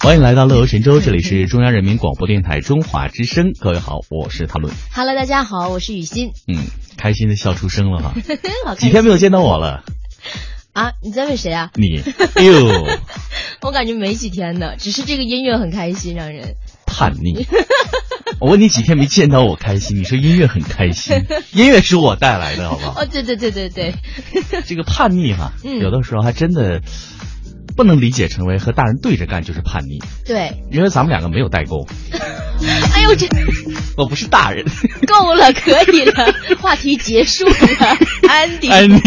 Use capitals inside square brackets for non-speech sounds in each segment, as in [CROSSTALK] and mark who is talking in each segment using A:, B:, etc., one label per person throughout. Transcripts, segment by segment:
A: 欢迎来到乐游神州，这里是中央人民广播电台中华之声。各位好，我是谭论。
B: Hello，大家好，我是雨欣。
A: 嗯，开心的笑出声了哈，
B: [LAUGHS] 好
A: 几
B: [LAUGHS]
A: 天
B: 开心
A: 没有见到我了，
B: 啊！你在问谁啊？ [LAUGHS]
A: 你，哎呦，
B: 我感觉没几天呢，只是这个音乐很开心，让人
A: 叛逆。我问你几天没见到我开心，你说音乐很开
B: [LAUGHS]
A: 心，音乐是我带来的，好不好
B: 哦，？对对对对对，
A: 这个叛逆哈，
B: 嗯
A: 有的时候还真的不能理解成为和大人对着干就是叛逆，
B: 对，
A: 因为咱们两个没有代沟，
B: [LAUGHS] 哎呦，这
A: 我不是大人。
B: 够了，可以 [LAUGHS] 了，话题结束 [LAUGHS] 了，安迪，
A: 安妮。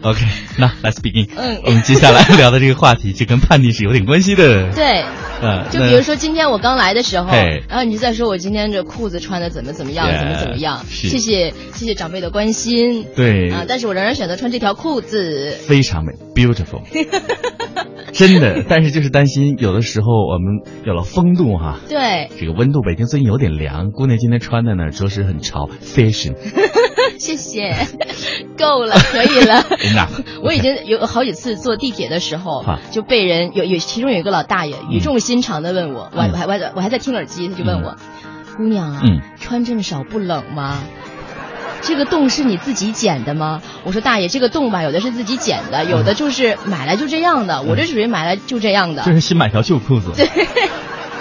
A: OK，那 Let's begin。
B: 嗯
A: 我们接下来聊的这个话题就跟叛逆是有点关系的。，
B: 对。
A: 呃，
B: 就
A: 那
B: 比如说今天我刚来的时候，
A: 嘿
B: 然后你就在说我今天这裤子穿的怎么怎么样
A: Yeah，
B: 怎么怎么样，
A: 是嗯
B: 谢谢谢谢长辈的关心
A: 对，
B: 啊，但是我仍然选择穿这条裤子，
A: 非常美，beautiful，真的。但是就是担心有的时候我们有了风度哈、
B: 对，
A: 这个温度，北京最近有点凉，姑娘今天穿的呢着实很潮，fashion。
B: 谢谢， [LAUGHS] 够了，可以
A: [LAUGHS]
B: 了。
A: 哎呀，
B: [LAUGHS] 我已经有好几次坐地铁的时候
A: 啊，
B: 就被人有有其中有一个老大爷语重心长的问我，我还
A: 嗯
B: 我还我还我还在听耳机，他就问我，姑娘啊
A: 嗯，
B: 穿这么少不冷吗？这个洞是你自己剪的吗？我说大爷，这个洞吧，有的是自己剪的，有的就是买来就这样的。我这属于买来就这样的
A: [LAUGHS] 嗯就。是新买条旧裤
B: [LAUGHS]
A: 子。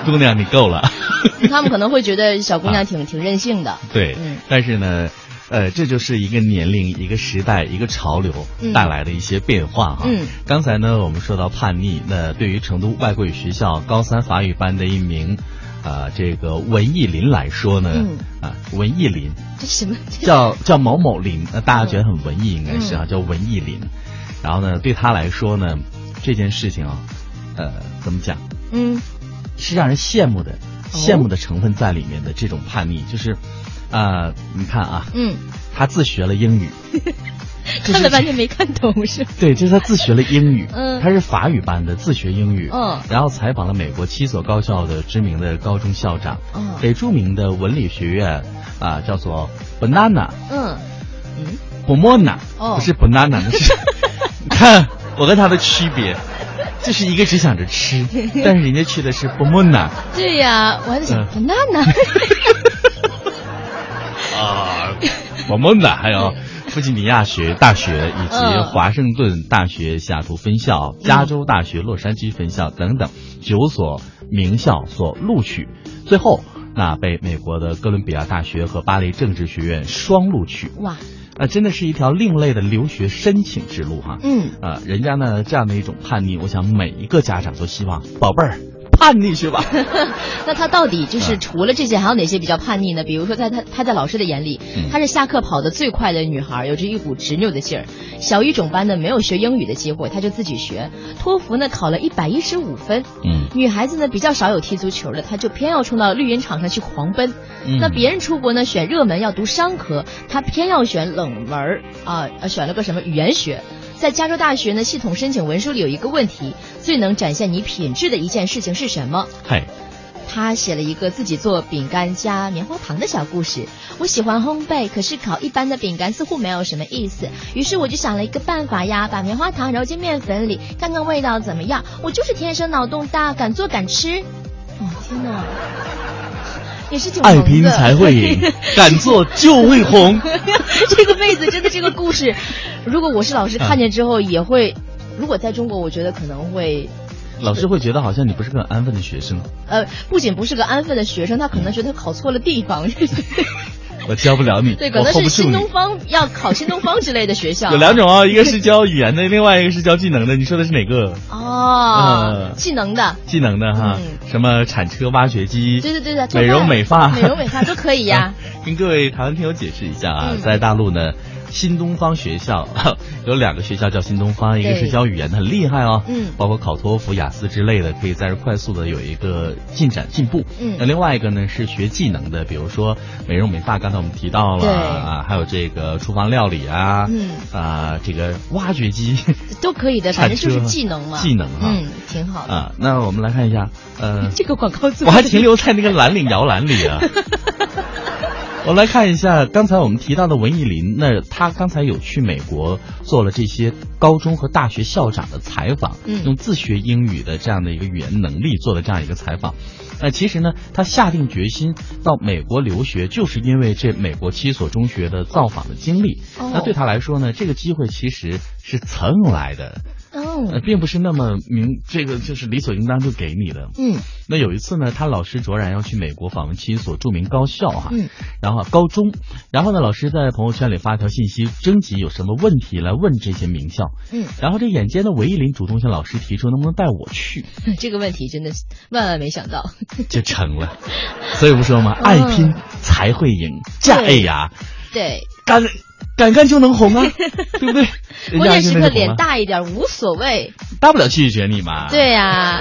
A: 姑娘，你够了。
B: 他们可能会觉得小姑娘
A: 啊
B: 挺挺任性的。
A: 对，
B: 嗯
A: 但是呢，呃，这就是一个年龄、一个时代、一个潮流
B: 嗯
A: 带来的一些变化哈。
B: 嗯
A: 刚才呢，我们说到叛逆，那对于成都外国语学校高三法语班的一名。啊、这个文艺林来说呢，
B: 嗯
A: 啊，文艺
B: [LAUGHS]
A: 林
B: 这什
A: [LAUGHS]
B: 么？
A: 叫叫某某林，那大家觉得很文艺，应该是啊，
B: 嗯
A: 叫文艺林。然后呢，对他来说呢，这件事情啊，呃，怎么讲？
B: 嗯
A: 是让人羡慕
B: 哦
A: 的，羡慕的成分在里面的这种叛逆，就是，啊、你看啊，
B: 嗯，
A: 他自学了英语，这是
B: 看了半天没看懂是吧？
A: 对，这是他自学了英 [LAUGHS] 语，
B: 嗯
A: 他是法语班的自学英语，
B: 嗯
A: 然后采访了美国七所高校的知名的高中校长，
B: 嗯
A: 给著名的文理学院啊、叫做 banana
B: 嗯嗯。
A: banana，、
B: 哦
A: 不是 [LAUGHS] banana，那是，你看我跟他的区别，就是一个只想着 [LAUGHS] 吃，但是人家去的是 banana
B: 对呀，我还在想
A: 嗯
B: banana，
A: [LAUGHS]
B: [LAUGHS]
A: 啊，我们呢还有弗吉尼亚学大学以及
B: 嗯
A: 华盛顿大学西雅图分校、加州大学洛杉矶分校等等九所名校所录取，最后那被美国的哥伦比亚大学和巴黎政治学院双录取，
B: 哇，
A: 啊、真的是一条另类的留学申请之路哈。
B: [LAUGHS] 嗯，
A: 啊，人家呢这样的一种叛逆，我想每一个家长都希望宝贝儿叛逆
B: [LAUGHS]
A: 去吧。
B: 那他到底就是
A: 嗯
B: 除了这些，还有哪些比较叛逆呢？比如说，在他他在老师的眼里
A: 嗯，
B: 她是下课跑得最快的女孩，有着一股执拗的劲儿。小语种班呢，没有学英语的机会，她就自己学。托福呢，考了一百一十五分。
A: 嗯，
B: 女孩子呢比较少有踢足球的，她就偏要冲到绿茵场上去狂奔。
A: 嗯
B: 那别人出国呢选热门要读商科，她偏要选冷门儿啊、呃选了个什么语言学。在加州大学呢，系统申请文书里有一个问题，最能展现你品质的一件事情是什么？
A: 嗨，
B: 她写了一个自己做饼干加棉花糖的小故事。我喜欢烘焙，可是烤一般的饼干似乎没有什么意思。于是我就想了一个办法呀，把棉花糖揉进面粉里，看看味道怎么样。我就是天生脑洞大，敢做敢吃。哦，天哪！也是挺
A: 爱
B: 萌的
A: 拼才会赢，敢做就会红。
B: [LAUGHS] 这个妹子真的这个故事，如果我是老师看见之后也会，如果在中国，我觉得可能会，
A: [LAUGHS] 老师会觉得好像你不是个安分的学生，
B: 呃，不仅不是个安分的学生，他可能觉得考错了地方。
A: 我教不了你，
B: 对，可
A: 我
B: 能
A: hold
B: 是
A: 不住
B: 新
A: 你。
B: 东方要考新东方之类的学校。
A: 有两种啊，一 [LAUGHS] 个是教语言的，另外一个是教技能的。你说的是哪个？
B: 哦
A: 嗯，
B: 技能的，
A: 技能的哈，
B: 嗯
A: 什么铲车、挖掘机，
B: 对对对的，做
A: 美容
B: 饭
A: 美发，
B: 美容美发都可以
A: [LAUGHS] 啊
B: 呀
A: 跟各位台湾听友解释一下啊，
B: 嗯
A: 在大陆呢，新东方学校 [LAUGHS] 有两个学校叫新东方，一个是教语言的，很厉害哦，
B: 嗯
A: 包括考托福、雅思之类的，可以在这快速的有一个进展进步。
B: 嗯
A: 那另外一个呢是学技能的，比如说美容美发，刚才我们提到了
B: 对
A: 啊，还有这个厨房料理啊，
B: 嗯
A: 啊，这个挖掘机。
B: 都可以的，反正就是技能嘛。
A: [LAUGHS] 技能哈
B: 嗯，挺好 [LAUGHS] 的。
A: 啊，那我们来看一下，呃，
B: 这个广告做
A: [LAUGHS] 我
B: 得 [LAUGHS]
A: 还停留在那个蓝领摇篮里啊。我们来看一下刚才我们提到的文艺林，那他刚才有去美国做了这些高中和大学校长的采访，
B: 嗯
A: 用自学英语的这样的一个语言能力做的这样一个采访。那其实呢，他下定决心到美国留学，就是因为这美国七所中学的造访的经历。
B: 哦
A: 那对他来说呢，这个机会其实是蹭来的，呃，
B: 哦，
A: 并不是那么明，这个就是理所应当就给你的。
B: 嗯
A: 那有一次呢，他老师卓然要去美国访问七所著名高校哈、
B: 嗯
A: 然后啊高中，然后呢，老师在朋友圈里发条信息，征集有什么问题来问这些名校。
B: 嗯， [LAUGHS]
A: 然后这眼尖的韦一林主动向老师提出，能不能带我
B: [LAUGHS]
A: 去，
B: 这个问题真的是万万没想到。 [LAUGHS]
A: 就成了。所以不说嘛，爱
B: 嗯
A: 拼才会赢，嫁哎呀，
B: 对，
A: 敢敢干就能红
B: [LAUGHS]
A: 啊，对不对？人
B: 关
A: 家
B: 键
A: 就
B: 时
A: 那个红
B: 刻脸
A: 了，
B: 大一点无所谓。
A: 大不了拒绝你嘛。。
B: [LAUGHS] 对呀、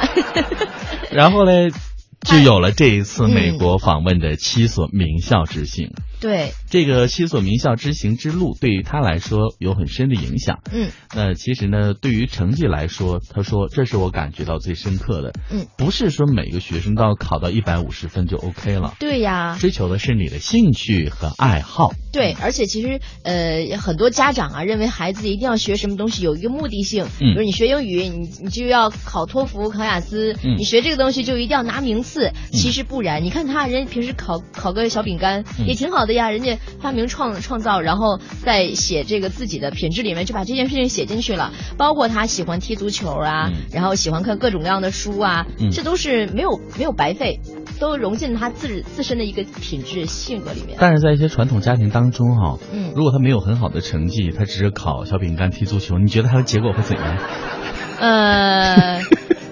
A: 然后嘞，就
B: 哎
A: 有了这一次美
B: 嗯
A: 国访问的七所名校之行。
B: 对，
A: 这个七所名校之行之路对于他来说有很深的影响。
B: 嗯
A: 那其实呢，对于成绩来说，他说这是我感觉到最深刻的。
B: 嗯，
A: 不是说每个学生都要考到一百五十分就 OK 了，
B: 对呀、
A: 追求的是你的兴趣和爱好。
B: 对，而且其实呃，很多家长啊认为孩子一定要学什么东西有一个目的性，
A: 嗯
B: 比如你学英语，你你就要考托福、考雅思，
A: 嗯
B: 你学这个东西就一定要拿名次。其实不然，你看他人家平时烤烤个小饼干、
A: 嗯
B: 也挺好的呀，人家发明创创造，然后再写这个自己的品质里面，就把这件事情写进去了。包括他喜欢踢足球啊，
A: 嗯
B: 然后喜欢看各种各样的书啊，
A: 嗯
B: 这都是没有没有白费，都融进他自自身的一个品质性格里面。
A: 但是在一些传统家庭当中哈、
B: 嗯。
A: 如果他没有很好的成绩，他只是考小饼干、踢足球，你觉得他的结果会怎样？
B: 呃，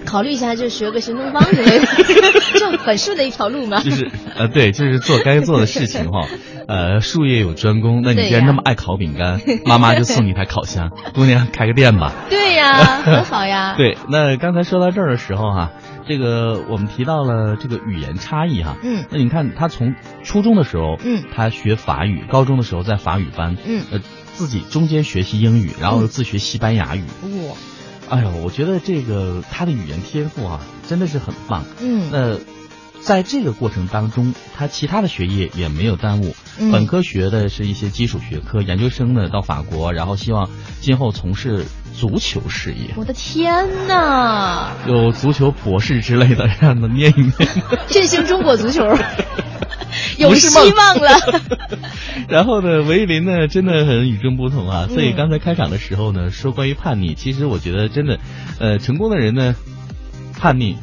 B: 考虑一下，就学个神农方
A: [LAUGHS]
B: 之类的，就很顺的一条路嘛。
A: 就是呃，对，就是做该做的事情哈、呃，术业有专攻，那你
B: 对
A: 既然那
B: 呀
A: 么爱烤饼干，妈妈就送你台烤箱。姑娘，开个店吧。
B: [LAUGHS] 对呀、
A: [LAUGHS]
B: 很好呀。
A: 对，那刚才说到这儿的时候哈、这个我们提到了这个语言差异哈、
B: 嗯
A: 那你看他从初中的时候，
B: 嗯
A: 他学法语，高中的时候在法语班，
B: 嗯，
A: 呃，自己中间学习英语，然后自学西班牙语。
B: 我
A: 哎呦，我觉得这个他的语言天赋啊，真的是很棒。
B: 嗯
A: 那在这个过程当中，他其他的学业也没有耽误。
B: 嗯
A: 本科学的是一些基础学科，研究生呢到法国，然后希望今后从事足球事业。
B: 我的天
A: [LAUGHS]
B: 呐，
A: 有足球博士之类的，让他念一
B: [LAUGHS]
A: 念。
B: 振兴中国足球有
A: 不是梦
B: 希望
A: [LAUGHS]
B: 了。
A: 然后呢，维林呢真的很与众不同啊。所以
B: 嗯
A: 刚才开场的时候呢，说关于叛逆，其实我觉得真的，呃，成功的人呢，叛逆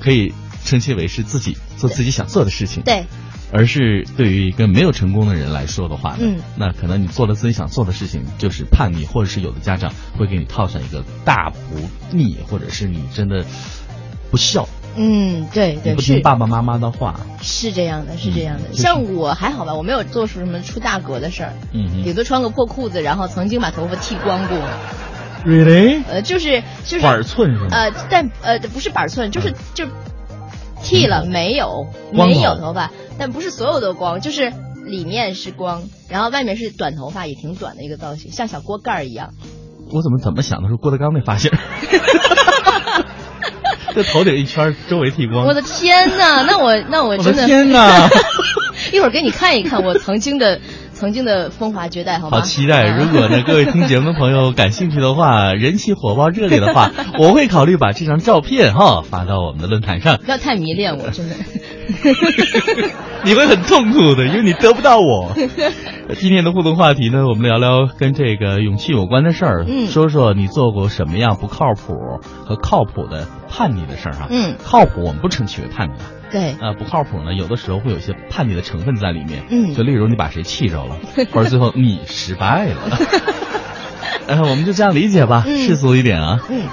A: 可以称其为是自己做自己想做的事情，
B: 对，
A: 而是对于一个没有成功的人来说的话呢，
B: 嗯
A: 那可能你做了自己想做的事情就是叛逆，或者是有的家长会给你套上一个大不逆，或者是你真的不孝，
B: 嗯，对
A: 你
B: 对
A: 不
B: 是
A: 听爸爸妈妈的话，
B: 是这样的，是这样的。
A: 嗯
B: 像我还好吧，我没有做出什么出大格的事儿，
A: 嗯哼
B: 顶多穿个破裤子，然后曾经把头发剃光过。
A: ，really。
B: 呃，就是就是
A: 板寸是吗？嗯
B: 呃，但呃不是板寸，就是就剃了没有
A: 光头
B: 没有头发，但不是所有的光，就是里面是光，然后外面是短头发，也挺短的一个造型，像小锅盖儿一样。
A: 我怎么怎么想的是郭德纲那发型儿，这头顶一圈儿，周围剃光。
B: 我的天呐，那我那我
A: 我
B: 真的
A: 天哪！
B: [LAUGHS] 一会儿给你看一看我曾经的曾经的风华绝代，好吗？
A: 好期待！
B: 啊
A: 如果呢，各位听节目的朋友感兴趣的话，人气火爆热烈的话，我会考虑把这张照片哈发到我们的论坛上。
B: 不要太迷恋我，真的。 [LAUGHS]
A: 你会很痛苦的，因为你得不到
B: [LAUGHS]
A: 我。今天的互动话题呢，我们聊聊跟这个勇气有关的事儿，
B: 嗯
A: 说说你做过什么样不靠谱和靠谱的叛逆的事儿啊。
B: 嗯，
A: 靠谱我们不称其为叛逆啊，
B: 对，
A: 呃，不靠谱呢，有的时候会有一些叛逆的成分在里面。
B: 嗯
A: 就例如你把谁气着
B: [LAUGHS]
A: 了，或者最后你失败了。呃，我们就这样理解吧，
B: 嗯
A: 世俗一点啊。
B: 嗯。